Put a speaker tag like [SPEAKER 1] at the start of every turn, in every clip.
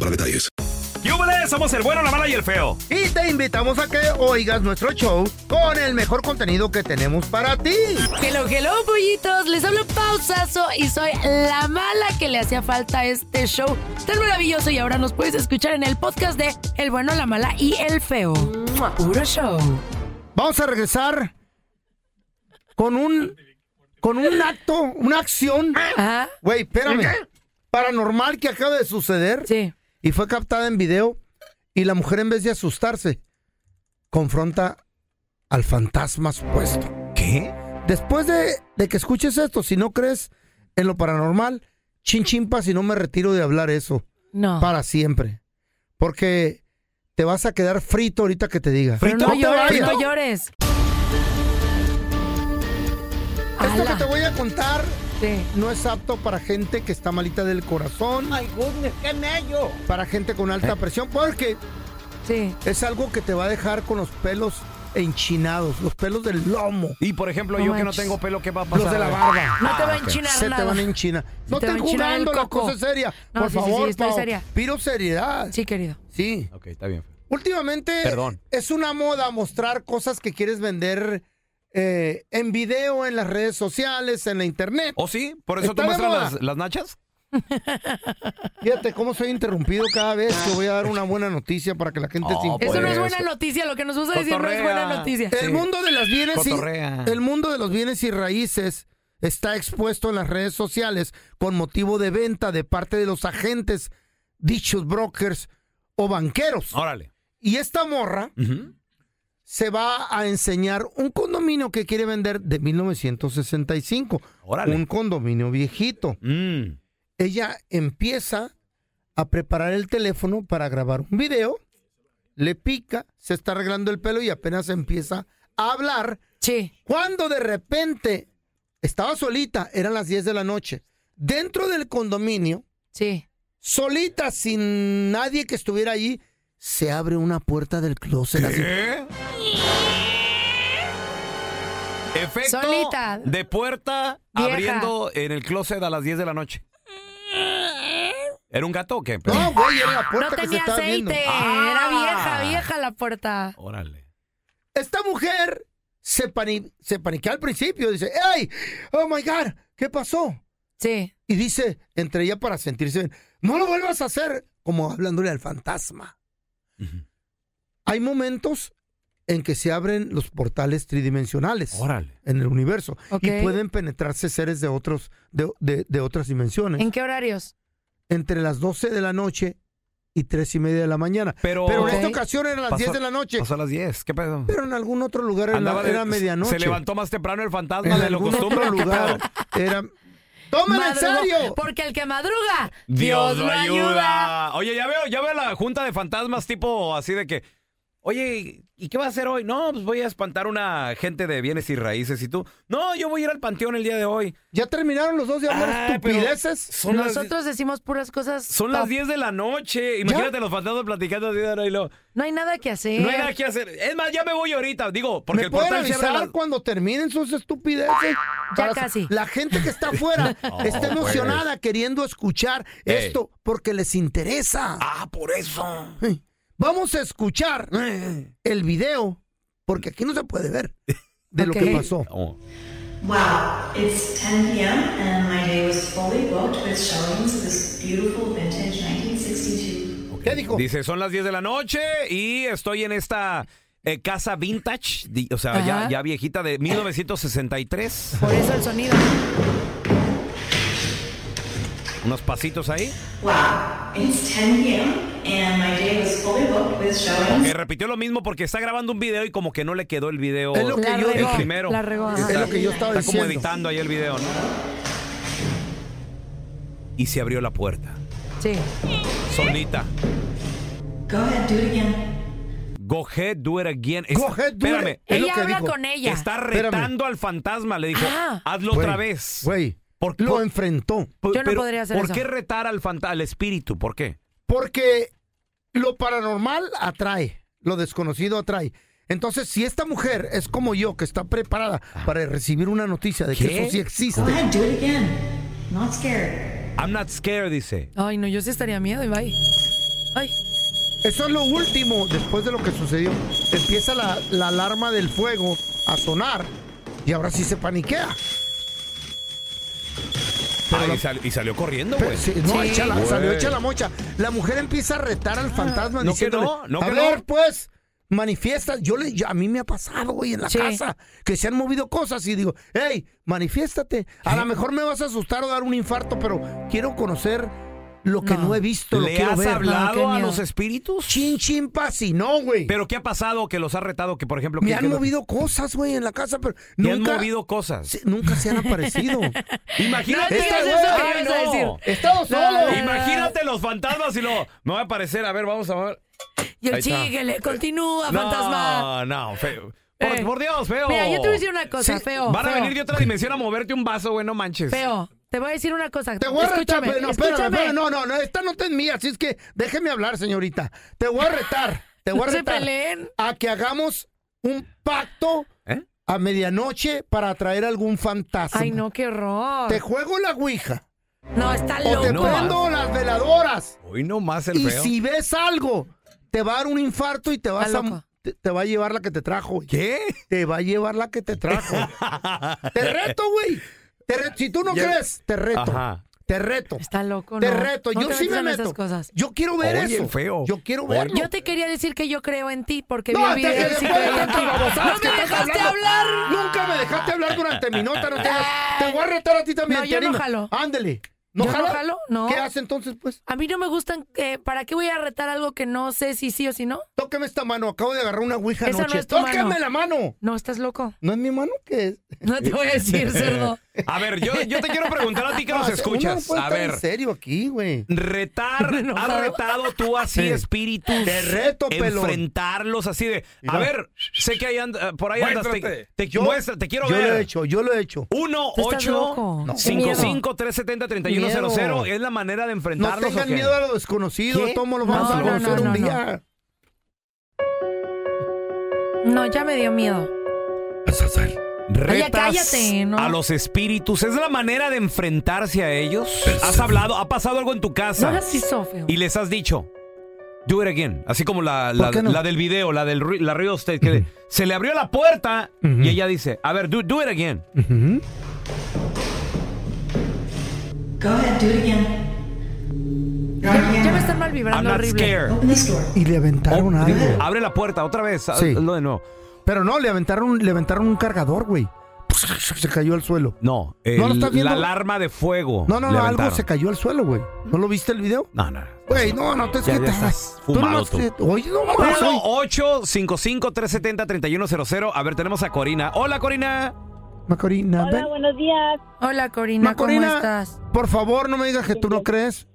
[SPEAKER 1] para detalles.
[SPEAKER 2] ¡Yúbele! Somos el bueno, la mala y el feo.
[SPEAKER 3] Y te invitamos a que oigas nuestro show con el mejor contenido que tenemos para ti.
[SPEAKER 4] Hello, hello, pollitos. Les hablo pausazo y soy la mala que le hacía falta a este show tan maravilloso. Y ahora nos puedes escuchar en el podcast de El bueno, la mala y el feo. ¡Mua! Puro show.
[SPEAKER 3] Vamos a regresar con un con un acto, una acción.
[SPEAKER 4] Ajá.
[SPEAKER 3] Güey, espérame. Paranormal que acaba de suceder.
[SPEAKER 4] Sí.
[SPEAKER 3] Y fue captada en video. Y la mujer, en vez de asustarse, confronta al fantasma supuesto.
[SPEAKER 2] ¿Qué?
[SPEAKER 3] Después de, de que escuches esto, si no crees en lo paranormal, chin chimpa si no me retiro de hablar eso.
[SPEAKER 4] No.
[SPEAKER 3] Para siempre. Porque te vas a quedar frito ahorita que te diga.
[SPEAKER 4] Pero
[SPEAKER 3] No
[SPEAKER 4] no
[SPEAKER 3] te
[SPEAKER 4] llores,
[SPEAKER 3] vayas.
[SPEAKER 4] no llores.
[SPEAKER 3] Esto que
[SPEAKER 4] Ala.
[SPEAKER 3] te voy a contar
[SPEAKER 4] Sí.
[SPEAKER 3] no es apto para gente que está malita del corazón. Ay, qué mello. Para gente con
[SPEAKER 2] Eh.
[SPEAKER 3] alta presión, porque
[SPEAKER 4] Sí.
[SPEAKER 3] es algo que te va a dejar con los pelos enchinados, los pelos del lomo,
[SPEAKER 2] Y por ejemplo,
[SPEAKER 4] No
[SPEAKER 2] yo que no
[SPEAKER 4] manches.
[SPEAKER 2] tengo pelo, ¿qué va a pasar? Ah,
[SPEAKER 3] los de la barba.
[SPEAKER 4] No te va a
[SPEAKER 2] ok.
[SPEAKER 4] enchinar
[SPEAKER 3] Se te
[SPEAKER 4] nada.
[SPEAKER 3] van a enchinar. No
[SPEAKER 4] te va a
[SPEAKER 3] estén
[SPEAKER 4] enchinar el
[SPEAKER 3] jugando, la
[SPEAKER 4] coco.
[SPEAKER 3] cosa es seria.
[SPEAKER 4] No,
[SPEAKER 3] Por
[SPEAKER 4] sí, sí, sí,
[SPEAKER 3] favor,
[SPEAKER 4] estoy
[SPEAKER 3] Pao,
[SPEAKER 4] seria.
[SPEAKER 3] Pido seriedad.
[SPEAKER 4] Sí, querido.
[SPEAKER 3] Sí.
[SPEAKER 2] Ok, está bien. feo.
[SPEAKER 3] Últimamente
[SPEAKER 2] Perdón.
[SPEAKER 3] es una moda mostrar cosas que quieres vender eh, en video, en las redes sociales, en la internet.
[SPEAKER 2] ¿O ¿Oh, sí? ¿Por eso
[SPEAKER 3] Está
[SPEAKER 2] tú
[SPEAKER 3] de
[SPEAKER 2] muestras
[SPEAKER 3] moda.
[SPEAKER 2] las, las nachas?
[SPEAKER 3] Fíjate cómo soy interrumpido cada vez que voy a dar una buena noticia para que la gente se
[SPEAKER 2] Oh,
[SPEAKER 3] informe.
[SPEAKER 4] Eso no es
[SPEAKER 2] Pues-
[SPEAKER 4] buena noticia. Lo que nos gusta decir no es buena
[SPEAKER 2] Cotorrea.
[SPEAKER 4] noticia.
[SPEAKER 3] El mundo de las bienes y
[SPEAKER 2] Cotorrea.
[SPEAKER 3] el mundo de los bienes y raíces está expuesto en las redes sociales con motivo de venta de parte de los agentes, dichos brokers o banqueros.
[SPEAKER 2] Órale.
[SPEAKER 3] Y esta morra se va a enseñar un condominio que quiere vender de 1965,
[SPEAKER 2] Órale.
[SPEAKER 3] un condominio viejito.
[SPEAKER 2] Mm.
[SPEAKER 3] ella empieza a preparar el teléfono para grabar un video, le pica, se está arreglando el pelo y apenas empieza a hablar,
[SPEAKER 4] Sí.
[SPEAKER 3] cuando de repente estaba solita, eran las 10 de la noche, dentro del condominio,
[SPEAKER 4] Sí.
[SPEAKER 3] solita, sin nadie que estuviera allí, se abre una puerta del closet. así.
[SPEAKER 2] ¿Qué? Efecto
[SPEAKER 4] Solita.
[SPEAKER 2] de puerta
[SPEAKER 4] Vieja.
[SPEAKER 2] abriendo en el closet a las 10 de la noche. ¿Era un gato o qué?
[SPEAKER 3] No, güey, era la
[SPEAKER 4] No
[SPEAKER 3] puerta que se
[SPEAKER 4] tenía
[SPEAKER 3] estaba abriendo.
[SPEAKER 4] aceite.
[SPEAKER 2] Ah.
[SPEAKER 4] Era vieja, vieja la puerta.
[SPEAKER 2] Órale.
[SPEAKER 3] Esta mujer se, pani- se paniquea al principio, dice, ¡Ey! ¡Oh, my God! ¿Qué pasó?
[SPEAKER 4] Sí.
[SPEAKER 3] Y dice, entre ella para sentirse bien, no lo vuelvas a hacer, como hablándole al fantasma. Hay momentos en que se abren los portales tridimensionales
[SPEAKER 2] Órale.
[SPEAKER 3] en el universo
[SPEAKER 4] Ok.
[SPEAKER 3] y pueden penetrarse seres de, otros, de, de- de otras dimensiones
[SPEAKER 4] ¿En qué horarios?
[SPEAKER 3] entre las 12 de la noche y 3 y media de la mañana.
[SPEAKER 2] Pero,
[SPEAKER 3] Pero en esta
[SPEAKER 4] Ok.
[SPEAKER 3] ocasión eran las
[SPEAKER 2] Pasó-
[SPEAKER 3] 10 de la noche,
[SPEAKER 2] pasó a las 10. ¿Qué pedo?
[SPEAKER 3] pero en algún otro lugar era,
[SPEAKER 2] Andaba de-
[SPEAKER 3] era medianoche.
[SPEAKER 2] Se levantó más temprano el fantasma
[SPEAKER 3] en
[SPEAKER 2] de lo
[SPEAKER 3] algún
[SPEAKER 2] costumbre.
[SPEAKER 3] otro
[SPEAKER 2] ¿qué
[SPEAKER 3] lugar
[SPEAKER 2] pedo?
[SPEAKER 3] era... ¡Tómala en
[SPEAKER 4] Madrugó,
[SPEAKER 3] serio!
[SPEAKER 4] Porque el que madruga,
[SPEAKER 2] Dios lo ayuda. Oye, ya veo, ya veo la junta de fantasmas tipo así de que Oye, ¿y qué vas a hacer hoy? No, pues voy a espantar una gente de bienes y raíces. ¿Y tú? No, yo voy a ir al panteón el día de hoy.
[SPEAKER 3] Ya terminaron los dos de hablar
[SPEAKER 2] Ah, pero
[SPEAKER 3] estupideces.
[SPEAKER 2] Son las,
[SPEAKER 4] Nosotros decimos puras cosas.
[SPEAKER 2] son las
[SPEAKER 4] pa-
[SPEAKER 2] 10 de la noche. Imagínate los fantasmas platicando así de ahora y luego,
[SPEAKER 4] No hay nada que hacer.
[SPEAKER 2] No hay nada que hacer. Es más, ya me voy ahorita. Digo, porque
[SPEAKER 3] ¿Me
[SPEAKER 2] el
[SPEAKER 3] pueden
[SPEAKER 2] portal cierra a
[SPEAKER 3] avisar
[SPEAKER 2] las-
[SPEAKER 3] cuando terminen sus estupideces? Para
[SPEAKER 4] casi.
[SPEAKER 3] La gente que está afuera está emocionada queriendo escuchar
[SPEAKER 2] pues. Ey.
[SPEAKER 3] esto porque les interesa.
[SPEAKER 2] Ah, por eso.
[SPEAKER 3] Vamos a escuchar el video porque aquí no se puede ver de lo que
[SPEAKER 4] Ok.
[SPEAKER 3] pasó.
[SPEAKER 2] Oh.
[SPEAKER 5] Wow, it's 10 p.m. and my day was fully booked with showings of this beautiful vintage 1962.
[SPEAKER 3] ¿Qué dijo?
[SPEAKER 2] Dice, son las 10 de la noche y estoy en esta eh, casa vintage, di- o sea, ya,
[SPEAKER 4] Ajá.
[SPEAKER 2] ya viejita de 1963.
[SPEAKER 4] Por eso el sonido.
[SPEAKER 2] Unos pasitos ahí.
[SPEAKER 5] Wow, it's 10 p.m. and my day was fully booked with showings.
[SPEAKER 2] Que repitió lo mismo porque está grabando un video y como que no le quedó el video.
[SPEAKER 3] Es lo que
[SPEAKER 4] La
[SPEAKER 3] yo-
[SPEAKER 2] el
[SPEAKER 4] regó,
[SPEAKER 2] primero.
[SPEAKER 4] La regó. ajá.
[SPEAKER 3] Es lo que yo estaba
[SPEAKER 2] Está como
[SPEAKER 3] diciendo.
[SPEAKER 2] editando ahí el video, ¿no? Y se abrió la puerta.
[SPEAKER 4] Sí.
[SPEAKER 2] Solita.
[SPEAKER 5] Go ahead, do it again.
[SPEAKER 2] Go ahead, do it again.
[SPEAKER 3] Go
[SPEAKER 2] Está-
[SPEAKER 3] ahead, do it.
[SPEAKER 2] espérame.
[SPEAKER 3] Es lo
[SPEAKER 4] Ella
[SPEAKER 3] que
[SPEAKER 4] habla
[SPEAKER 3] dijo.
[SPEAKER 4] con ella.
[SPEAKER 2] Está
[SPEAKER 3] Espérame.
[SPEAKER 2] retando al fantasma. Le dijo,
[SPEAKER 4] Ah.
[SPEAKER 2] hazlo
[SPEAKER 3] Güey,
[SPEAKER 2] otra vez.
[SPEAKER 3] Güey,
[SPEAKER 2] Por-
[SPEAKER 3] lo
[SPEAKER 2] por-
[SPEAKER 3] enfrentó.
[SPEAKER 2] P-
[SPEAKER 4] Yo no podría hacer
[SPEAKER 2] ¿Por
[SPEAKER 4] eso.
[SPEAKER 2] qué retar al, fanta- al espíritu? ¿Por qué?
[SPEAKER 3] Porque lo paranormal atrae, lo desconocido atrae. Entonces, si esta mujer es como yo, que está preparada para recibir una noticia de
[SPEAKER 2] Ah. ¿Qué?
[SPEAKER 3] que eso sí
[SPEAKER 5] Go
[SPEAKER 3] existe,
[SPEAKER 5] ahead, do it again. Not scared.
[SPEAKER 2] I'm not scared, dice.
[SPEAKER 4] Ay, no, yo sí estaría miedo y bye. Ay.
[SPEAKER 3] eso es lo último después de lo que sucedió. Empieza la, la alarma del fuego a sonar y ahora sí se paniquea.
[SPEAKER 2] Ah, y, sal- y salió corriendo,
[SPEAKER 3] Pero
[SPEAKER 2] güey.
[SPEAKER 3] sí, no,
[SPEAKER 4] Sí. Ah.
[SPEAKER 3] echa la-
[SPEAKER 2] Güey.
[SPEAKER 3] salió echa la mocha. La mujer empieza a retar al fantasma
[SPEAKER 2] no que
[SPEAKER 3] diciéndole,
[SPEAKER 2] no, no
[SPEAKER 3] a
[SPEAKER 2] que
[SPEAKER 3] ver,
[SPEAKER 2] no".
[SPEAKER 3] pues, manifiesta. Yo le, yo- a mí me ha pasado, güey, en la
[SPEAKER 4] Sí.
[SPEAKER 3] casa, que se han movido cosas y digo, hey, manifiéstate. A
[SPEAKER 4] ¿Eh?
[SPEAKER 3] lo mejor me vas a asustar o dar un infarto, pero quiero conocer lo que no,
[SPEAKER 4] No.
[SPEAKER 3] he visto, lo
[SPEAKER 2] ¿Le
[SPEAKER 3] quiero
[SPEAKER 2] has
[SPEAKER 3] ver.
[SPEAKER 4] No, qué
[SPEAKER 2] hablado a
[SPEAKER 4] miedo.
[SPEAKER 2] los espíritus?
[SPEAKER 3] Chin, chin, pasi, no, güey.
[SPEAKER 2] ¿Pero qué ha pasado que los ha retado? Que, por ejemplo,
[SPEAKER 3] Me
[SPEAKER 2] que-
[SPEAKER 3] han
[SPEAKER 2] que lo-
[SPEAKER 3] movido cosas, güey, en la casa, pero
[SPEAKER 2] te
[SPEAKER 3] nunca,
[SPEAKER 2] han movido cosas.
[SPEAKER 3] sí, nunca se han aparecido.
[SPEAKER 2] Imagínate,
[SPEAKER 3] No digas
[SPEAKER 2] güey,
[SPEAKER 3] eso que
[SPEAKER 2] ay,
[SPEAKER 4] ibas a
[SPEAKER 2] no.
[SPEAKER 4] decir.
[SPEAKER 3] Estado solo.
[SPEAKER 4] No,
[SPEAKER 2] Imagínate los fantasmas y lo. Me va a aparecer, a ver, vamos a ver.
[SPEAKER 4] Y
[SPEAKER 2] Ahí
[SPEAKER 4] el
[SPEAKER 2] está.
[SPEAKER 4] síguele, continúa, fantasma.
[SPEAKER 2] No, no, feo. Por,
[SPEAKER 4] Eh.
[SPEAKER 2] por Dios, feo.
[SPEAKER 4] Mira, yo te voy a decir una cosa, feo.
[SPEAKER 2] Van a
[SPEAKER 4] feo,
[SPEAKER 2] venir de otra dimensión a moverte un vaso, güey, no manches.
[SPEAKER 4] Feo, te voy a decir una cosa.
[SPEAKER 3] Te voy a retar,
[SPEAKER 4] escúchame,
[SPEAKER 3] pero no, espérame,
[SPEAKER 4] escúchame.
[SPEAKER 3] espérame, no, no, no, esta no es mía, así es que déjeme hablar, señorita. Te voy a retar, te voy a
[SPEAKER 4] No se
[SPEAKER 3] retar
[SPEAKER 4] peleen.
[SPEAKER 3] a que hagamos un pacto
[SPEAKER 2] ¿Eh?
[SPEAKER 3] a medianoche para atraer algún fantasma.
[SPEAKER 4] Ay, no, qué horror.
[SPEAKER 3] Te juego la ouija
[SPEAKER 4] No, está
[SPEAKER 3] o te
[SPEAKER 4] loco.
[SPEAKER 2] No,
[SPEAKER 3] prendo las veladoras
[SPEAKER 2] Hoy nomás el
[SPEAKER 3] y
[SPEAKER 2] feo.
[SPEAKER 3] si ves algo te va a dar un infarto y te vas a
[SPEAKER 4] loco.
[SPEAKER 3] te, te va a llevar la que te trajo. güey.
[SPEAKER 2] ¿Qué?
[SPEAKER 3] Te va a llevar la que te trajo. te reto, güey. Te re- si tú no crees, te reto.
[SPEAKER 2] Ajá.
[SPEAKER 3] Te reto.
[SPEAKER 4] Está loco,
[SPEAKER 3] Te
[SPEAKER 4] no.
[SPEAKER 3] reto,
[SPEAKER 4] No
[SPEAKER 3] yo
[SPEAKER 4] te
[SPEAKER 3] sí me
[SPEAKER 4] metas en
[SPEAKER 3] meto.
[SPEAKER 4] esas cosas.
[SPEAKER 3] Yo quiero ver
[SPEAKER 2] Oye,
[SPEAKER 3] eso.
[SPEAKER 2] feo.
[SPEAKER 3] Yo quiero
[SPEAKER 2] Oye.
[SPEAKER 3] verlo.
[SPEAKER 4] Yo te quería decir que yo creo en ti porque
[SPEAKER 3] No,
[SPEAKER 4] vi
[SPEAKER 3] te
[SPEAKER 4] el video y sí
[SPEAKER 3] te-
[SPEAKER 4] creo en
[SPEAKER 3] te-
[SPEAKER 4] ti.
[SPEAKER 3] te-
[SPEAKER 4] ¡No
[SPEAKER 3] babosadas que
[SPEAKER 4] me
[SPEAKER 3] estás
[SPEAKER 4] dejaste
[SPEAKER 3] hablando.
[SPEAKER 4] hablar!
[SPEAKER 3] Nunca me dejaste hablar durante mi nota, no te hagas. Te voy a retar a ti también.
[SPEAKER 4] No,
[SPEAKER 3] ¿te
[SPEAKER 4] yo no
[SPEAKER 3] animas?
[SPEAKER 4] jalo.
[SPEAKER 3] Ándele. ¿No
[SPEAKER 4] Yo no
[SPEAKER 3] jala?
[SPEAKER 4] jalo, no.
[SPEAKER 3] ¿Qué hace entonces, pues?
[SPEAKER 4] A mí no me gustan... eh, ¿Para qué voy a retar algo que no sé si sí o si no?
[SPEAKER 3] Tóqueme esta mano, acabo de agarrar una ouija
[SPEAKER 4] Esa no
[SPEAKER 3] anoche.
[SPEAKER 4] es tu
[SPEAKER 3] ¡Tóqueme
[SPEAKER 4] mano.
[SPEAKER 3] la mano!
[SPEAKER 4] No, estás loco.
[SPEAKER 3] ¿No es mi mano que es?
[SPEAKER 4] No te voy a decir, cerdo.
[SPEAKER 2] A ver, yo, yo te quiero preguntar a ti que nos
[SPEAKER 3] No, uno no
[SPEAKER 2] escuchas.
[SPEAKER 3] puede
[SPEAKER 2] a
[SPEAKER 3] estar
[SPEAKER 2] ver,
[SPEAKER 3] en serio aquí, güey.
[SPEAKER 2] retar, has
[SPEAKER 4] Enojado.
[SPEAKER 2] retado tú así
[SPEAKER 3] Sí.
[SPEAKER 2] espíritus.
[SPEAKER 3] Te reto, pelón.
[SPEAKER 2] Enfrentarlos así de.
[SPEAKER 3] Mira.
[SPEAKER 2] A ver, sé que ahí anda- por ahí andas. Te, te,
[SPEAKER 3] Yo-
[SPEAKER 2] muestra, te quiero
[SPEAKER 3] yo
[SPEAKER 2] ver.
[SPEAKER 3] lo he hecho, yo lo he hecho.
[SPEAKER 2] 1
[SPEAKER 4] Tú estás
[SPEAKER 2] 8
[SPEAKER 4] loco. No.
[SPEAKER 2] 55 370 3100
[SPEAKER 3] Miedo.
[SPEAKER 2] es la manera de
[SPEAKER 3] No
[SPEAKER 2] enfrentarlos. ¿o
[SPEAKER 3] tengan
[SPEAKER 2] qué?
[SPEAKER 3] miedo a lo desconocido,
[SPEAKER 2] ¿Qué?
[SPEAKER 3] todos lo
[SPEAKER 4] No,
[SPEAKER 3] vamos a
[SPEAKER 4] no,
[SPEAKER 3] conocer
[SPEAKER 4] no,
[SPEAKER 3] un
[SPEAKER 4] no,
[SPEAKER 3] día.
[SPEAKER 4] No, ya me dio miedo.
[SPEAKER 2] Retas
[SPEAKER 4] cállate, ¿no?
[SPEAKER 2] a los espíritus es la manera de enfrentarse a ellos. Has hablado, ha pasado algo en tu
[SPEAKER 4] No
[SPEAKER 2] casa
[SPEAKER 4] hagas así, Sofeo.
[SPEAKER 2] y les has dicho do it again, así como la, la,
[SPEAKER 3] ¿Por qué no?
[SPEAKER 2] la del video, la del re- la real estate que se le abrió la puerta y ella dice, "A ver, do, do it again."
[SPEAKER 5] Go ahead, do it again. Go
[SPEAKER 4] Ya me
[SPEAKER 5] again.
[SPEAKER 4] están mal
[SPEAKER 2] I'm
[SPEAKER 4] vibrando
[SPEAKER 2] not
[SPEAKER 4] horrible.
[SPEAKER 2] scared.
[SPEAKER 5] Open this door.
[SPEAKER 3] Y le aventaron
[SPEAKER 2] Oh,
[SPEAKER 3] algo.
[SPEAKER 2] Abre la puerta otra vez,
[SPEAKER 3] Sí.
[SPEAKER 2] hazlo de nuevo.
[SPEAKER 3] Pero no, le aventaron, le aventaron un cargador, güey. Se cayó al suelo.
[SPEAKER 2] No,
[SPEAKER 3] ¿No lo
[SPEAKER 2] el-
[SPEAKER 3] estás viendo?
[SPEAKER 2] la alarma de fuego.
[SPEAKER 3] No, no,
[SPEAKER 2] le
[SPEAKER 3] no, algo
[SPEAKER 2] aventaron.
[SPEAKER 3] se cayó al suelo, güey. ¿No lo viste el video?
[SPEAKER 2] No, no. no.
[SPEAKER 3] Güey, no, no te es
[SPEAKER 2] Ya-
[SPEAKER 3] que
[SPEAKER 2] ya
[SPEAKER 3] te-
[SPEAKER 2] estás
[SPEAKER 3] tú
[SPEAKER 2] fumado,
[SPEAKER 3] nomás
[SPEAKER 2] tú.
[SPEAKER 3] te- Oye, no mames, soy-
[SPEAKER 2] 1-855-370-3100. A ver, tenemos a Corina. Hola, Corina.
[SPEAKER 3] Macorina, ven.
[SPEAKER 6] buenos días.
[SPEAKER 4] Hola, Corina,
[SPEAKER 3] Macorina,
[SPEAKER 4] ¿cómo estás?
[SPEAKER 3] por favor, no me digas que tú no crees.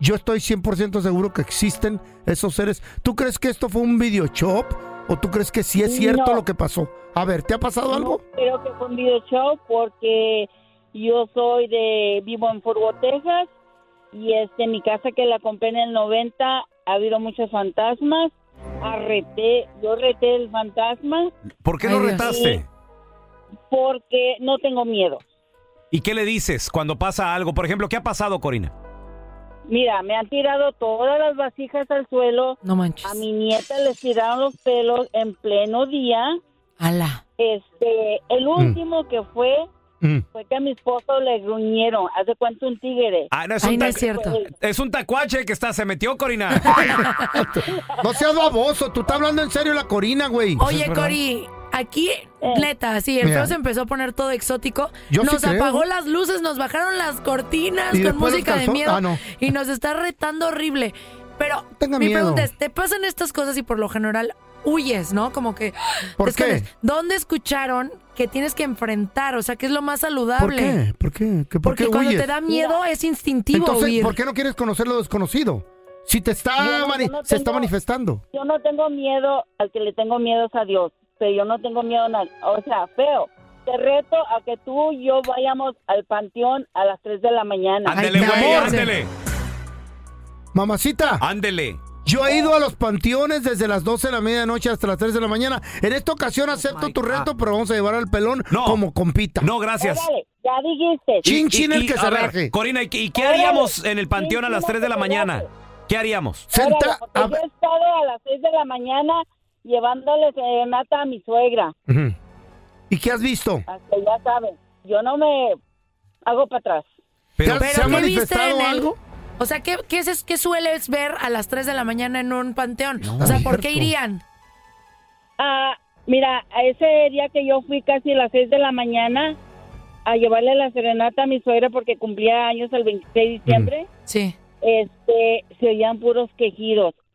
[SPEAKER 3] Yo estoy 100% seguro que existen esos seres. ¿Tú crees que esto fue un videoshop? ¿O tú crees que sí es cierto
[SPEAKER 7] No.
[SPEAKER 3] lo que pasó? A ver, ¿te ha pasado algo?
[SPEAKER 7] Creo que fue un video show porque yo soy de, vivo en Furgo, Texas, y este, mi casa que la compré en el 90, ha habido muchos fantasmas, arreté, yo reté el fantasma
[SPEAKER 6] ¿Por qué lo
[SPEAKER 4] Ay, Dios.
[SPEAKER 6] retaste?
[SPEAKER 7] porque no tengo miedo.
[SPEAKER 6] ¿Y qué le dices cuando pasa algo? Por ejemplo, ¿qué ha pasado, Corina?
[SPEAKER 7] Mira, me han tirado todas las vasijas al suelo,
[SPEAKER 4] No manches.
[SPEAKER 7] a mi nieta le tiraron los pelos en pleno día,
[SPEAKER 4] Ala.
[SPEAKER 7] este, el último que fue,
[SPEAKER 3] Mm.
[SPEAKER 7] fue que a mi esposo le gruñeron, hace cuánto un tigre. Pues,
[SPEAKER 6] Ah, no, es,
[SPEAKER 4] Ay,
[SPEAKER 6] un
[SPEAKER 4] no
[SPEAKER 6] ta-
[SPEAKER 4] es cierto.
[SPEAKER 6] es un tacuache que está, se metió, Corina.
[SPEAKER 3] No seas baboso, tú estás hablando en serio la Corina, güey.
[SPEAKER 4] Oye, Cori, aquí, neta, sí, el
[SPEAKER 3] Mira.
[SPEAKER 4] feo se empezó a poner todo exótico.
[SPEAKER 3] Yo sí
[SPEAKER 4] nos
[SPEAKER 3] creo.
[SPEAKER 4] apagó las luces, nos bajaron las cortinas
[SPEAKER 3] Y
[SPEAKER 4] con
[SPEAKER 3] después los
[SPEAKER 4] música de
[SPEAKER 3] calzón-
[SPEAKER 4] miedo.
[SPEAKER 3] Ah, no.
[SPEAKER 4] Y nos está retando horrible. Pero
[SPEAKER 3] Tenga
[SPEAKER 4] mi
[SPEAKER 3] miedo.
[SPEAKER 4] pregunta es, ¿te pasan estas cosas y por lo general huyes, no? Como que...
[SPEAKER 3] ¿Por
[SPEAKER 4] te escondes.
[SPEAKER 3] qué?
[SPEAKER 4] ¿Dónde escucharon que tienes que enfrentar? O sea, ¿qué es lo más
[SPEAKER 3] ¿Por
[SPEAKER 4] saludable?
[SPEAKER 3] qué? ¿Por qué? ¿Qué- ¿Por
[SPEAKER 4] Porque
[SPEAKER 3] qué
[SPEAKER 4] cuando
[SPEAKER 3] huyes?
[SPEAKER 4] te da miedo es instintivo
[SPEAKER 3] Entonces,
[SPEAKER 4] huir.
[SPEAKER 3] ¿por qué no quieres conocer lo desconocido? Si te está
[SPEAKER 7] Yo no-
[SPEAKER 3] mani-
[SPEAKER 7] yo no
[SPEAKER 3] se está
[SPEAKER 7] tengo-
[SPEAKER 3] manifestando.
[SPEAKER 7] Yo no tengo miedo, al que le tengo miedo es a Dios, pero yo no tengo miedo a nadie. O sea, feo, te reto a que tú y yo vayamos al panteón a las 3 de la mañana.
[SPEAKER 6] Ándele,
[SPEAKER 4] mi
[SPEAKER 6] güey,
[SPEAKER 4] amor.
[SPEAKER 6] ándele.
[SPEAKER 3] Mamacita,
[SPEAKER 6] Ándele.
[SPEAKER 3] yo he ido a los panteones desde las 12 de la medianoche hasta las 3 de la mañana. En esta ocasión
[SPEAKER 4] Oh
[SPEAKER 3] acepto tu reto, pero vamos a llevar al pelón
[SPEAKER 6] No.
[SPEAKER 3] como compita.
[SPEAKER 6] No, gracias.
[SPEAKER 7] Órale, ya dijiste.
[SPEAKER 3] Sí. Chin, chin, el que
[SPEAKER 6] a
[SPEAKER 3] se
[SPEAKER 6] ver,
[SPEAKER 3] raje.
[SPEAKER 6] Corina, ¿y qué, y qué
[SPEAKER 7] Órale,
[SPEAKER 6] haríamos en el panteón a
[SPEAKER 7] chin,
[SPEAKER 6] las
[SPEAKER 7] chin,
[SPEAKER 6] 3 de la
[SPEAKER 7] el que se
[SPEAKER 6] mañana?
[SPEAKER 7] raje.
[SPEAKER 6] ¿Qué haríamos?
[SPEAKER 7] Órale,
[SPEAKER 3] Senta,
[SPEAKER 7] porque yo he estado a las 6 de la mañana llevándole serenata a mi suegra.
[SPEAKER 3] Ujú. ¿Y qué has visto?
[SPEAKER 7] Hasta ya saben, yo no me hago para atrás.
[SPEAKER 3] ¿Te has-
[SPEAKER 6] Pero,
[SPEAKER 4] ¿Pero
[SPEAKER 3] ¿Se ha
[SPEAKER 4] qué viste
[SPEAKER 3] manifestado
[SPEAKER 4] en el-
[SPEAKER 3] algo?
[SPEAKER 4] O sea, ¿qué, qué, es, ¿qué sueles ver a las 3 de la mañana en un panteón? o sea, ¿por qué
[SPEAKER 3] cierto.
[SPEAKER 4] irían?
[SPEAKER 7] Ah, mira, a ese día que yo fui casi a las 6 de la mañana a llevarle la serenata a mi suegra porque cumplía años el 26 de diciembre.
[SPEAKER 4] Sí.
[SPEAKER 7] este, se oían puros quejidos.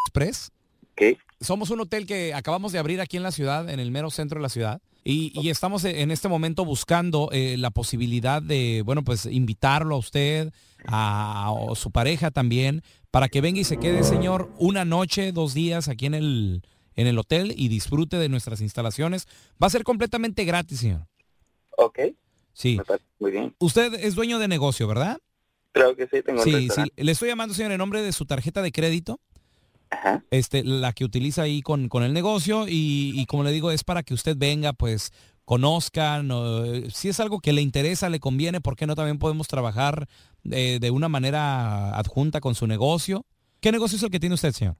[SPEAKER 2] Express.
[SPEAKER 8] ¿Qué?
[SPEAKER 2] Somos un hotel que acabamos de abrir aquí en la ciudad, en el mero centro de la ciudad. Y, y estamos en este momento buscando eh, la posibilidad de, bueno, pues invitarlo a usted, a, a su pareja también, para que venga y se quede, señor, una noche, dos días aquí en el, en el hotel y disfrute de nuestras instalaciones. Va a ser completamente gratis, señor.
[SPEAKER 8] Ok,
[SPEAKER 2] Sí.
[SPEAKER 8] muy bien.
[SPEAKER 2] Usted es dueño de negocio, ¿verdad?
[SPEAKER 8] Claro que sí, tengo un
[SPEAKER 2] Sí, sí.
[SPEAKER 8] restaurante.
[SPEAKER 2] Le estoy llamando, señor, en nombre de su tarjeta de crédito. Este, la que utiliza ahí con, con el negocio y, y como le digo, es para que usted venga, pues conozca, no, si es algo que le interesa, le conviene, ¿por qué no también podemos trabajar eh, de una manera adjunta con su negocio? ¿Qué negocio es el que tiene usted, señor?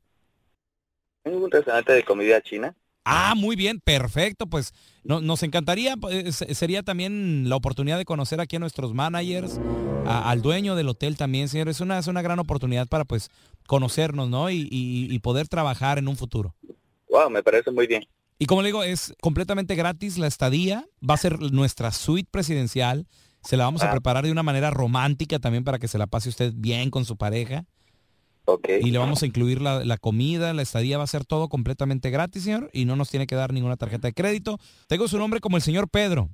[SPEAKER 8] Tengo un restaurante de comida china.
[SPEAKER 2] Ah, muy bien, perfecto. Pues no- nos encantaría, pues, se- sería también la oportunidad de conocer aquí a nuestros managers, a- al dueño del hotel también, señor. Es una, es una gran oportunidad para pues conocernos, ¿no? Y, y- y poder trabajar en un futuro.
[SPEAKER 8] Wow, me parece muy bien.
[SPEAKER 2] Y como le digo, es completamente gratis la estadía. Va a ser nuestra suite presidencial. Se la vamos a preparar de una manera romántica también para que se la pase usted bien con su pareja. Y le vamos a incluir la, la comida, la estadía, va a ser todo completamente gratis, señor. Y no nos tiene que dar ninguna tarjeta de crédito. Tengo su nombre como el señor Pedro.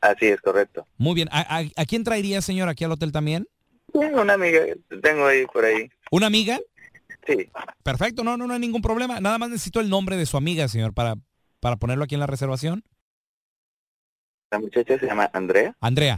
[SPEAKER 8] Así es, correcto.
[SPEAKER 2] Muy bien. ¿A, a- a quién traería, señor, aquí al hotel también?
[SPEAKER 8] Tengo una amiga que tengo ahí por ahí.
[SPEAKER 2] ¿Una amiga?
[SPEAKER 8] Sí.
[SPEAKER 2] Perfecto, no, no, no hay ningún problema. Nada más necesito el nombre de su amiga, señor, para, para ponerlo aquí en la reservación.
[SPEAKER 8] La muchacha se llama Andrea.
[SPEAKER 2] Andrea.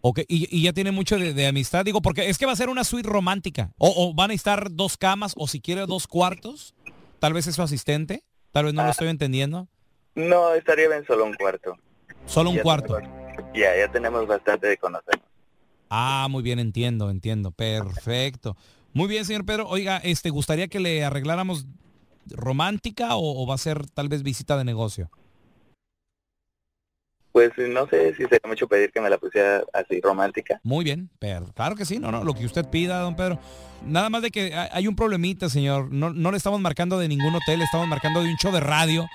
[SPEAKER 2] Ok, y, y ya tiene mucho de, de amistad, digo, porque es que va a ser una suite romántica. O, o van a estar dos camas, o si quiere dos cuartos. Tal vez es su asistente, tal vez no lo estoy entendiendo.
[SPEAKER 8] No, estaría bien solo un cuarto.
[SPEAKER 2] Solo un
[SPEAKER 8] Ya
[SPEAKER 2] cuarto.
[SPEAKER 8] tenemos- ya, ya tenemos bastante de conocer.
[SPEAKER 2] Ah, muy bien, entiendo, entiendo. Perfecto. Muy bien, señor Pedro. Oiga, este, ¿gustaría que le arregláramos romántica o, o va a ser tal vez visita de negocio?
[SPEAKER 8] Pues no sé si sería mucho pedir que me la pusiera así romántica.
[SPEAKER 2] Muy bien, pero claro que sí, no, no, lo que usted pida, don Pedro. Nada más de que ha- hay un problemita, señor. No, no le estamos marcando de ningún hotel, le estamos marcando de un show de radio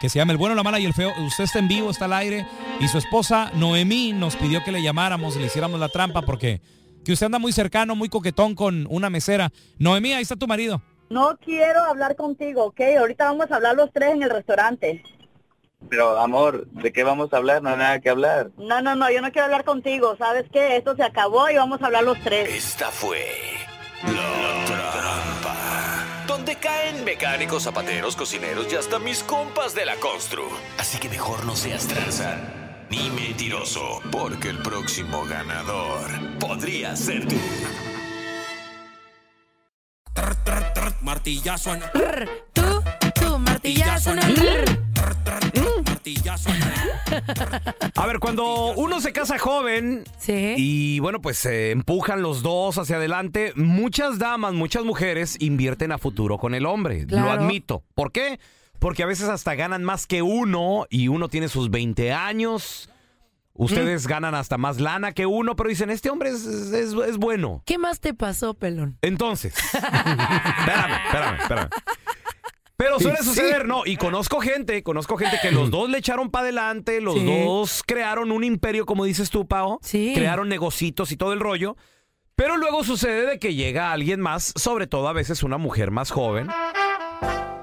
[SPEAKER 2] que se llama El Bueno, la Mala y el Feo. Usted está en vivo, está al aire y su esposa Noemí nos pidió que le llamáramos y le hiciéramos la trampa porque que usted anda muy cercano, muy coquetón con una mesera. Noemí, ahí está tu marido.
[SPEAKER 9] No quiero hablar contigo, ¿ok? Ahorita vamos a hablar los tres en el restaurante.
[SPEAKER 8] Pero amor, ¿de qué vamos a hablar? No hay nada que hablar.
[SPEAKER 9] No, no, no, yo no quiero hablar contigo. ¿Sabes qué? Esto se acabó y vamos a hablar los tres.
[SPEAKER 10] Esta fue la trampa. Donde caen mecánicos, zapateros, cocineros y hasta mis compas de la constru. Así que mejor no seas tranza ni mentiroso, porque el próximo ganador podría ser tú.
[SPEAKER 11] Martillazo en
[SPEAKER 4] Rr, Tú, tú, martillazo en el-
[SPEAKER 11] martillazo en
[SPEAKER 3] A ver, cuando uno se casa joven y bueno, pues se empujan los dos hacia adelante, muchas damas, muchas mujeres invierten a futuro con el hombre. Lo
[SPEAKER 12] Claro.
[SPEAKER 3] admito. ¿Por qué? Porque a veces hasta ganan más que uno y uno tiene sus 20 años.
[SPEAKER 12] Mm.
[SPEAKER 3] Ustedes ganan hasta más lana que uno, pero dicen, este hombre es, es- es bueno.
[SPEAKER 4] ¿Qué más te pasó, pelón?
[SPEAKER 3] Entonces, espérame, espérame, espérame. Pero suele
[SPEAKER 12] Y sí. Mm.
[SPEAKER 3] suceder, no, y conozco gente, conozco gente que los dos le echaron para adelante, los
[SPEAKER 12] Sí.
[SPEAKER 3] dos crearon un imperio, como dices tú, Pao, crearon negocitos y todo el rollo, pero luego sucede de que llega alguien más, sobre todo a veces una mujer más joven,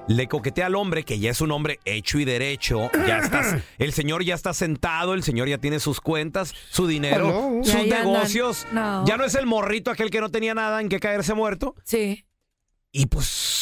[SPEAKER 2] le coquetea al hombre, que ya es un hombre hecho y derecho. Ya estás, el señor ya está sentado, el señor ya tiene sus cuentas, su dinero,
[SPEAKER 4] Hello.
[SPEAKER 2] sus
[SPEAKER 4] Ya, ya andan. Oh.
[SPEAKER 2] negocios.
[SPEAKER 4] No.
[SPEAKER 2] Ya no es el morrito aquel que no tenía nada en que caerse muerto.
[SPEAKER 4] Sí.
[SPEAKER 2] Y pues.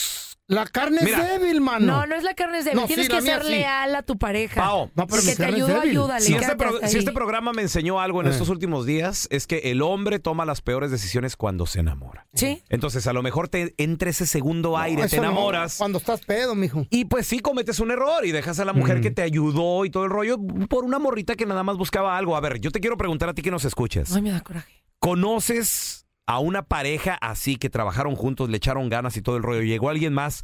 [SPEAKER 3] La carne
[SPEAKER 2] Mira,
[SPEAKER 4] No, no es la carne es débil.
[SPEAKER 2] No,
[SPEAKER 4] Tienes
[SPEAKER 2] sí, la
[SPEAKER 4] que
[SPEAKER 2] mía
[SPEAKER 4] ser
[SPEAKER 2] sí.
[SPEAKER 4] leal a tu pareja.
[SPEAKER 2] Pao.
[SPEAKER 3] Ah,
[SPEAKER 4] El que te ayudó, ayúdale.
[SPEAKER 2] Si
[SPEAKER 4] quédate
[SPEAKER 2] este, pro-
[SPEAKER 4] hasta
[SPEAKER 2] si
[SPEAKER 4] ahí.
[SPEAKER 2] este programa me enseñó algo en
[SPEAKER 3] Eh.
[SPEAKER 2] estos últimos días, es que el hombre toma las peores decisiones cuando se enamora.
[SPEAKER 4] Sí.
[SPEAKER 2] Entonces, a lo mejor te entra ese segundo aire, te
[SPEAKER 3] eso no,
[SPEAKER 2] enamoras.
[SPEAKER 3] cuando estás pedo, mijo.
[SPEAKER 2] Y pues sí cometes un error y dejas a la
[SPEAKER 3] Mm.
[SPEAKER 2] mujer que te ayudó y todo el rollo por una morrita que nada más buscaba algo. A ver, yo te quiero preguntar a ti que nos escuchas.
[SPEAKER 4] Ay, me da coraje.
[SPEAKER 2] ¿Conoces a una pareja así que trabajaron juntos, le echaron ganas y todo el rollo? Llegó alguien más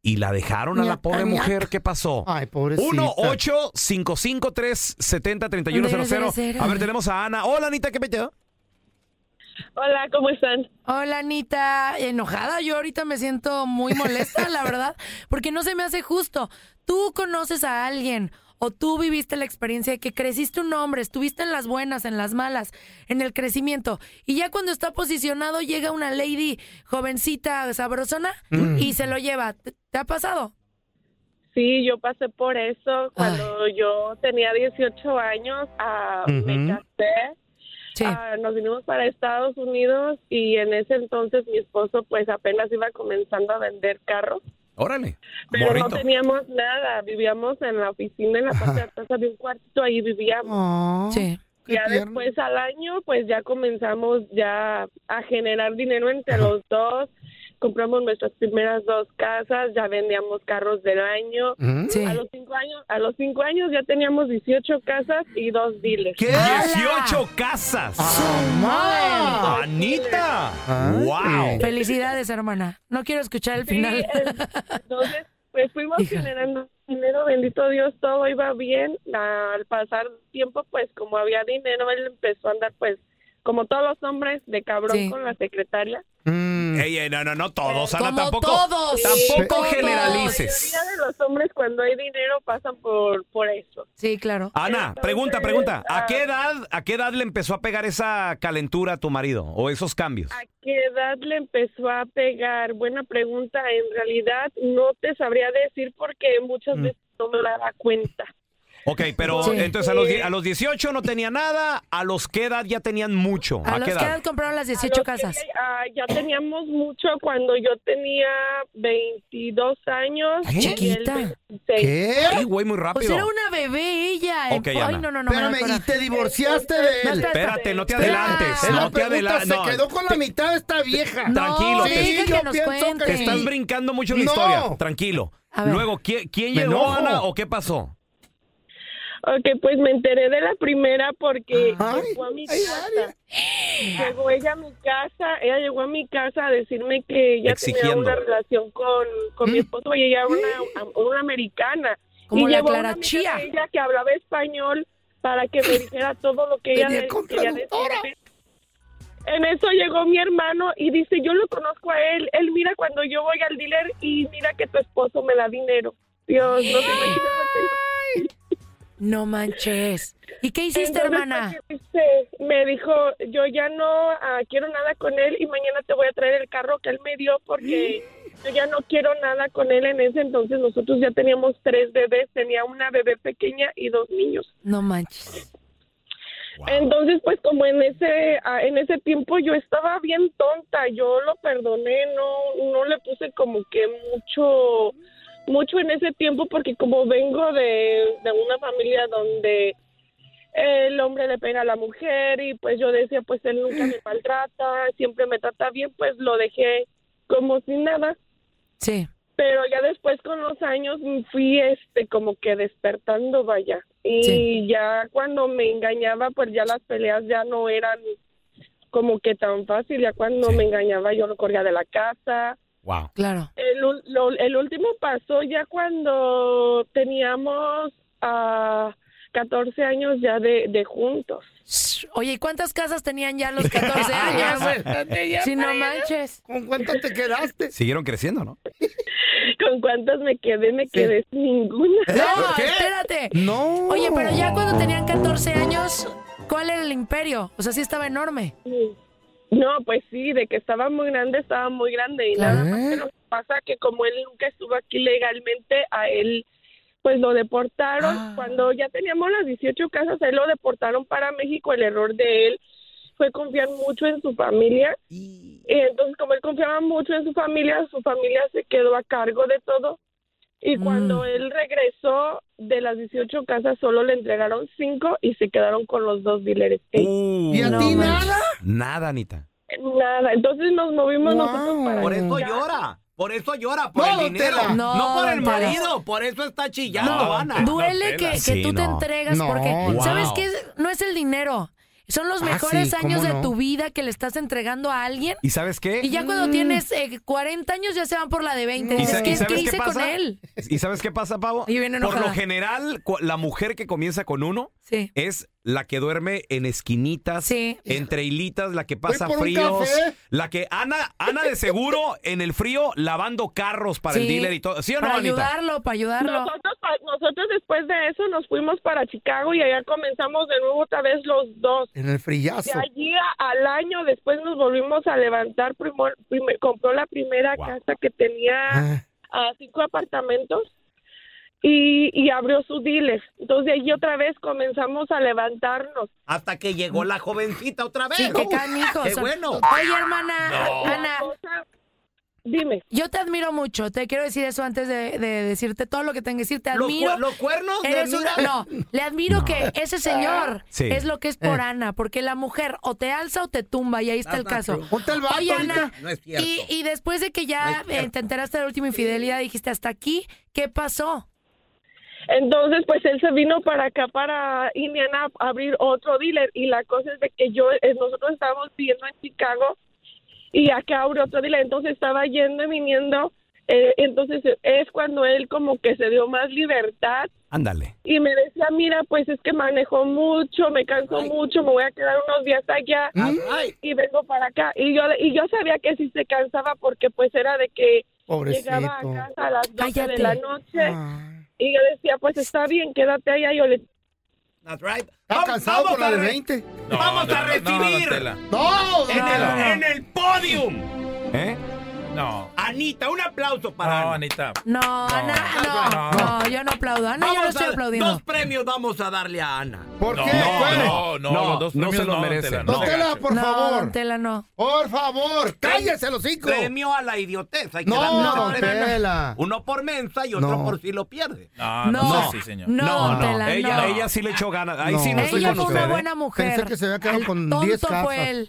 [SPEAKER 2] y la dejaron a la pobre mujer. ¿Qué pasó?
[SPEAKER 3] Ay, pobrecita.
[SPEAKER 2] 1 8 55 3 70 31 A ver, tenemos a Ana. Hola, Anita, ¿qué peteo?
[SPEAKER 4] Hola, ¿cómo están? Hola, Anita. Enojada, yo ahorita me siento muy molesta, la verdad, porque no se me hace justo. Tú conoces a alguien o tú viviste la experiencia de que creciste un hombre, estuviste en las buenas, en las malas, en el crecimiento, y ya cuando está posicionado llega una lady jovencita, sabrosona,
[SPEAKER 13] Mm.
[SPEAKER 4] y se lo lleva. ¿Te, te ha pasado?
[SPEAKER 13] Sí, yo pasé por eso cuando yo tenía 18 años, ah, me
[SPEAKER 4] Ujú.
[SPEAKER 13] casé, Ah, nos vinimos para Estados Unidos y en ese entonces mi esposo pues apenas iba comenzando a vender carros,
[SPEAKER 2] Órale.
[SPEAKER 13] pero no teníamos nada, vivíamos en la oficina, en la parte de atrás había un cuartito, ahí vivíamos.
[SPEAKER 4] Sí.
[SPEAKER 13] Ya después al año, pues ya comenzamos ya a generar dinero entre los dos. Compramos nuestras primeras dos casas, ya vendíamos carros del año.
[SPEAKER 14] Mm. Sí.
[SPEAKER 13] A los cinco años, a los cinco años ya teníamos 18 casas y dos diles.
[SPEAKER 2] ¿Qué? 18 casas.
[SPEAKER 13] Ah.
[SPEAKER 4] madre!
[SPEAKER 2] Anita.
[SPEAKER 14] Ay.
[SPEAKER 2] Wow.
[SPEAKER 4] Felicidades, hermana. No quiero escuchar el
[SPEAKER 13] Sí,
[SPEAKER 4] final.
[SPEAKER 13] Entonces, pues fuimos generando dinero, bendito Dios, todo iba bien. Al pasar tiempo, pues como había dinero, él empezó a andar, pues, como todos los hombres, de cabrón con la secretaria.
[SPEAKER 2] Mm. Ey, ey, no, no, no todos, Ana,
[SPEAKER 13] Como
[SPEAKER 2] tampoco.
[SPEAKER 13] todos.
[SPEAKER 2] Tampoco
[SPEAKER 13] Todos.
[SPEAKER 2] generalices.
[SPEAKER 13] La mayoría de los hombres cuando hay dinero pasan por, por eso.
[SPEAKER 4] Sí, claro.
[SPEAKER 2] Ana, pregunta, pregunta. ¿A qué edad, a qué edad le empezó a pegar esa calentura a tu marido o esos cambios?
[SPEAKER 13] ¿A qué edad le empezó a pegar? Buena pregunta. En realidad no te sabría decir porque muchas
[SPEAKER 2] Mm.
[SPEAKER 13] veces no me daba cuenta.
[SPEAKER 2] Ok, pero
[SPEAKER 13] Sí.
[SPEAKER 2] entonces a los, die- a los 18 no tenía nada, a los qué edad ya tenían mucho. ¿A,
[SPEAKER 4] ¿A los
[SPEAKER 2] qué
[SPEAKER 4] que
[SPEAKER 2] edad?
[SPEAKER 4] edad compraron las 18 casas?
[SPEAKER 13] Ah, ya teníamos mucho cuando yo tenía 22 años.
[SPEAKER 2] ¿Eh?
[SPEAKER 13] y él
[SPEAKER 2] Chiquita.
[SPEAKER 13] 26.
[SPEAKER 2] Ay, güey, muy rápido.
[SPEAKER 4] Pues era una bebé ella.
[SPEAKER 2] Ok,
[SPEAKER 4] Ay,
[SPEAKER 2] Ana.
[SPEAKER 4] no, no, no. me da
[SPEAKER 3] Espérame,
[SPEAKER 4] coraje.
[SPEAKER 3] ¿y te divorciaste de él?
[SPEAKER 4] No, espérate,
[SPEAKER 2] Espérate, no te
[SPEAKER 3] Espérate,
[SPEAKER 2] adelantes.
[SPEAKER 3] la
[SPEAKER 2] No te
[SPEAKER 3] pregunta
[SPEAKER 2] adelantes.
[SPEAKER 3] se quedó con la mitad de esta vieja.
[SPEAKER 2] Tranquilo, te-
[SPEAKER 3] Sí, yo pienso que
[SPEAKER 2] te estás brincando mucho la
[SPEAKER 3] No.
[SPEAKER 2] historia. Tranquilo.
[SPEAKER 3] A ver.
[SPEAKER 2] Luego, ¿quién, quién
[SPEAKER 3] Me
[SPEAKER 2] llegó,
[SPEAKER 3] enojo.
[SPEAKER 2] Ana, o qué pasó?
[SPEAKER 13] Ok, pues me enteré de la primera porque llegó a mi casa. Llegó ella a mi casa, ella llegó a mi casa a decirme que ella
[SPEAKER 2] Exigiendo.
[SPEAKER 13] tenía una relación con, con mi esposo y ella era una, una americana.
[SPEAKER 4] Como
[SPEAKER 13] y
[SPEAKER 4] la
[SPEAKER 13] llevó a una
[SPEAKER 4] Clara
[SPEAKER 13] amiga
[SPEAKER 4] Chía.
[SPEAKER 13] de Ella que hablaba español para que me dijera todo lo que ella
[SPEAKER 4] Venía
[SPEAKER 13] de-
[SPEAKER 4] con
[SPEAKER 13] quería decirme. En eso llegó mi hermano y dice, yo lo conozco a él, él mira cuando yo voy al dealer y mira que tu esposo me da dinero. Dios, no te
[SPEAKER 4] ¡Ah!
[SPEAKER 13] imaginas lo que-
[SPEAKER 4] No manches. ¿Y qué hiciste,
[SPEAKER 13] entonces,
[SPEAKER 4] hermana?
[SPEAKER 13] pues, este, Me dijo, yo ya no ah, quiero nada con él y mañana te voy a traer el carro que él me dio porque yo ya no quiero nada con él. En ese entonces nosotros ya teníamos tres bebés, tenía una bebé pequeña y dos niños.
[SPEAKER 4] No manches.
[SPEAKER 13] Entonces, pues como en ese ah, en ese tiempo yo estaba bien tonta, yo lo perdoné, no no le puse como que mucho mucho en ese tiempo porque como vengo de, de una familia donde el hombre le pega a la mujer y pues yo decía, pues él nunca me maltrata, siempre me trata bien, pues lo dejé como sin nada.
[SPEAKER 4] Sí.
[SPEAKER 13] Pero ya después con los años fui este como que despertando, vaya. Y
[SPEAKER 4] Sí.
[SPEAKER 13] ya cuando me engañaba, pues ya las peleas ya no eran como que tan fácil. Ya cuando me engañaba yo lo corría de la casa.
[SPEAKER 2] Wow.
[SPEAKER 4] Claro.
[SPEAKER 13] El, ul- lo- el último pasó ya cuando teníamos ah, 14 años ya de, de juntos.
[SPEAKER 4] Oye, ¿y cuántas casas tenían ya a los 14 años? si no manches.
[SPEAKER 3] ¿Con cuánto te quedaste?
[SPEAKER 2] Siguieron creciendo, ¿no?
[SPEAKER 13] ¿Con cuántas me quedé? Me quedé sin ninguna.
[SPEAKER 4] No, espérate.
[SPEAKER 3] No.
[SPEAKER 4] Oye, pero
[SPEAKER 13] Oh.
[SPEAKER 4] ya cuando tenían 14 años, ¿cuál era el imperio? O sea, sí estaba enorme.
[SPEAKER 13] No, pues sí, de que estaba muy grande, estaba muy grande. Y nada más que nos pasa que como él nunca estuvo aquí legalmente, a él pues lo deportaron. Cuando ya teníamos las 18 casas, a él lo deportaron para México. El error de él fue confiar mucho en su familia. Y entonces como él confiaba mucho en su familia, su familia se quedó a cargo de todo. Y cuando
[SPEAKER 15] Mm.
[SPEAKER 13] él regresó de las 18 casas, solo le entregaron 5 y se quedaron con los dos dealers.
[SPEAKER 2] ¿Y a ti
[SPEAKER 13] nada?
[SPEAKER 2] Nada, Anita.
[SPEAKER 13] Nada, entonces nos movimos nosotros para...
[SPEAKER 7] Por eso
[SPEAKER 13] allá.
[SPEAKER 7] llora. Por eso llora, por
[SPEAKER 13] No,
[SPEAKER 7] el
[SPEAKER 13] don
[SPEAKER 7] dinero.
[SPEAKER 13] Tela.
[SPEAKER 7] No,
[SPEAKER 13] No,
[SPEAKER 7] por el
[SPEAKER 13] don Tela.
[SPEAKER 7] marido. Por eso está chillando,
[SPEAKER 13] No,
[SPEAKER 7] Ana.
[SPEAKER 4] Duele que, que
[SPEAKER 7] Sí,
[SPEAKER 4] tú te
[SPEAKER 7] no.
[SPEAKER 4] entregas
[SPEAKER 7] No,
[SPEAKER 4] porque,
[SPEAKER 7] wow.
[SPEAKER 4] ¿sabes qué? No es el dinero. Son los
[SPEAKER 2] Ah,
[SPEAKER 4] mejores
[SPEAKER 2] sí,
[SPEAKER 4] años
[SPEAKER 2] ¿cómo
[SPEAKER 4] de
[SPEAKER 2] no?
[SPEAKER 4] tu vida que le estás entregando a alguien.
[SPEAKER 2] ¿Y sabes qué?
[SPEAKER 4] Y ya
[SPEAKER 3] Mm.
[SPEAKER 2] Mm.
[SPEAKER 4] cuando tienes eh, 40 años ya se van por la de 20.
[SPEAKER 2] ¿Y
[SPEAKER 4] Dices,
[SPEAKER 2] sa-
[SPEAKER 4] ¿qué,
[SPEAKER 2] y sabes
[SPEAKER 4] qué
[SPEAKER 2] qué
[SPEAKER 4] hice con
[SPEAKER 2] pasa?
[SPEAKER 4] él?
[SPEAKER 2] ¿Y sabes qué pasa, Pavo?
[SPEAKER 4] Y viene
[SPEAKER 2] Por lo
[SPEAKER 4] enojada.
[SPEAKER 2] general, cu- la mujer que comienza con uno
[SPEAKER 4] Sí.
[SPEAKER 2] es la que duerme en esquinitas, entre hilitas, la que pasa
[SPEAKER 7] por un
[SPEAKER 2] fríos,
[SPEAKER 7] café.
[SPEAKER 2] la que Ana, Ana de seguro en el frío lavando carros para el
[SPEAKER 4] Sí.
[SPEAKER 2] dealer y todo. ¿Sí o no,
[SPEAKER 4] Para
[SPEAKER 2] Anita?
[SPEAKER 4] ayudarlo, para ayudarlo.
[SPEAKER 13] Nosotros, pa- nosotros después de eso nos fuimos para Chicago y allá comenzamos de nuevo otra vez los dos.
[SPEAKER 3] En el frillazo.
[SPEAKER 13] De allí a- al año después nos volvimos a levantar. primo- primer- compró la primera casa que tenía ah, cinco apartamentos y, y abrió su dealer. Entonces de allí otra vez comenzamos a levantarnos.
[SPEAKER 7] Hasta que llegó la jovencita otra vez.
[SPEAKER 4] Sí, qué canijo.
[SPEAKER 7] Qué
[SPEAKER 4] son-
[SPEAKER 7] bueno.
[SPEAKER 4] Oye, hermana,
[SPEAKER 7] No.
[SPEAKER 4] Ana.
[SPEAKER 13] Dime.
[SPEAKER 4] Yo te admiro mucho. Te quiero decir eso antes de, de decirte todo lo que tengo que decir. Te
[SPEAKER 7] Los
[SPEAKER 4] admiro.
[SPEAKER 7] cue- los cuernos de
[SPEAKER 4] Eres
[SPEAKER 7] mira.
[SPEAKER 4] una- No, le admiro que ese señor
[SPEAKER 7] Sí.
[SPEAKER 4] es lo que es por
[SPEAKER 7] Eh.
[SPEAKER 4] Ana, porque la mujer o te alza o te tumba, y ahí está el caso. Oye, Ana,
[SPEAKER 7] No es cierto.
[SPEAKER 4] y, y después de que ya eh, te enteraste de la última infidelidad, dijiste hasta aquí, ¿qué pasó?
[SPEAKER 13] Entonces, pues él se vino para acá, para Indiana, a abrir otro dealer. Y la cosa es de que yo, eh, nosotros estábamos viviendo en Chicago y acá abrió otro dealer. Entonces estaba yendo y viniendo. eh, entonces es cuando él como que se dio más libertad
[SPEAKER 2] Ándale.
[SPEAKER 13] y me decía, mira, pues es que manejo mucho, me canso mucho, me voy a quedar unos días allá y vengo para acá. Y yo, y yo sabía que sí se cansaba porque pues era de que llegaba a
[SPEAKER 3] Pobrecito.
[SPEAKER 13] casa a las 12
[SPEAKER 3] Cállate.
[SPEAKER 13] de la noche
[SPEAKER 7] Ah.
[SPEAKER 13] y yo decía, pues está bien, quédate allá. Yo le
[SPEAKER 7] That's right.
[SPEAKER 3] Está cansado por la de 20.
[SPEAKER 7] Vamos a recibir.
[SPEAKER 3] No,
[SPEAKER 7] en,
[SPEAKER 3] no, no.
[SPEAKER 7] el, en el podium.
[SPEAKER 2] ¿Eh?
[SPEAKER 7] No. Anita, un aplauso para Ana. Anita.
[SPEAKER 4] No, Ana, no, no, yo no aplaudo. Ana, yo no estoy aplaudiendo.
[SPEAKER 7] Dos premios vamos a darle a Ana.
[SPEAKER 3] ¿Por
[SPEAKER 7] no,
[SPEAKER 3] qué? ¿Cuál es?
[SPEAKER 7] No, no,
[SPEAKER 2] No,
[SPEAKER 7] los dos
[SPEAKER 2] no
[SPEAKER 7] premios
[SPEAKER 2] se lo merece.
[SPEAKER 7] Tela,
[SPEAKER 3] Don Tela, por
[SPEAKER 4] no,
[SPEAKER 3] favor.
[SPEAKER 4] don Tela, no.
[SPEAKER 3] Por favor, cállese los cinco.
[SPEAKER 7] Premio a la idiotez. hay que
[SPEAKER 3] No,
[SPEAKER 7] darle dos
[SPEAKER 3] don
[SPEAKER 7] premios.
[SPEAKER 3] Tela.
[SPEAKER 7] Uno por mensa y otro
[SPEAKER 3] No.
[SPEAKER 7] por si lo pierde.
[SPEAKER 2] No,
[SPEAKER 3] no
[SPEAKER 2] no,
[SPEAKER 3] No, sé, sí, señor. no, Tela,
[SPEAKER 2] ella,
[SPEAKER 3] no.
[SPEAKER 2] ella sí le echó ganas. Ahí
[SPEAKER 3] No.
[SPEAKER 2] sí no estoy
[SPEAKER 3] Ella
[SPEAKER 2] con
[SPEAKER 3] fue una
[SPEAKER 2] usted, ¿eh?
[SPEAKER 3] buena mujer. Pensé que se había quedado El con tonto 10 casas. fue él.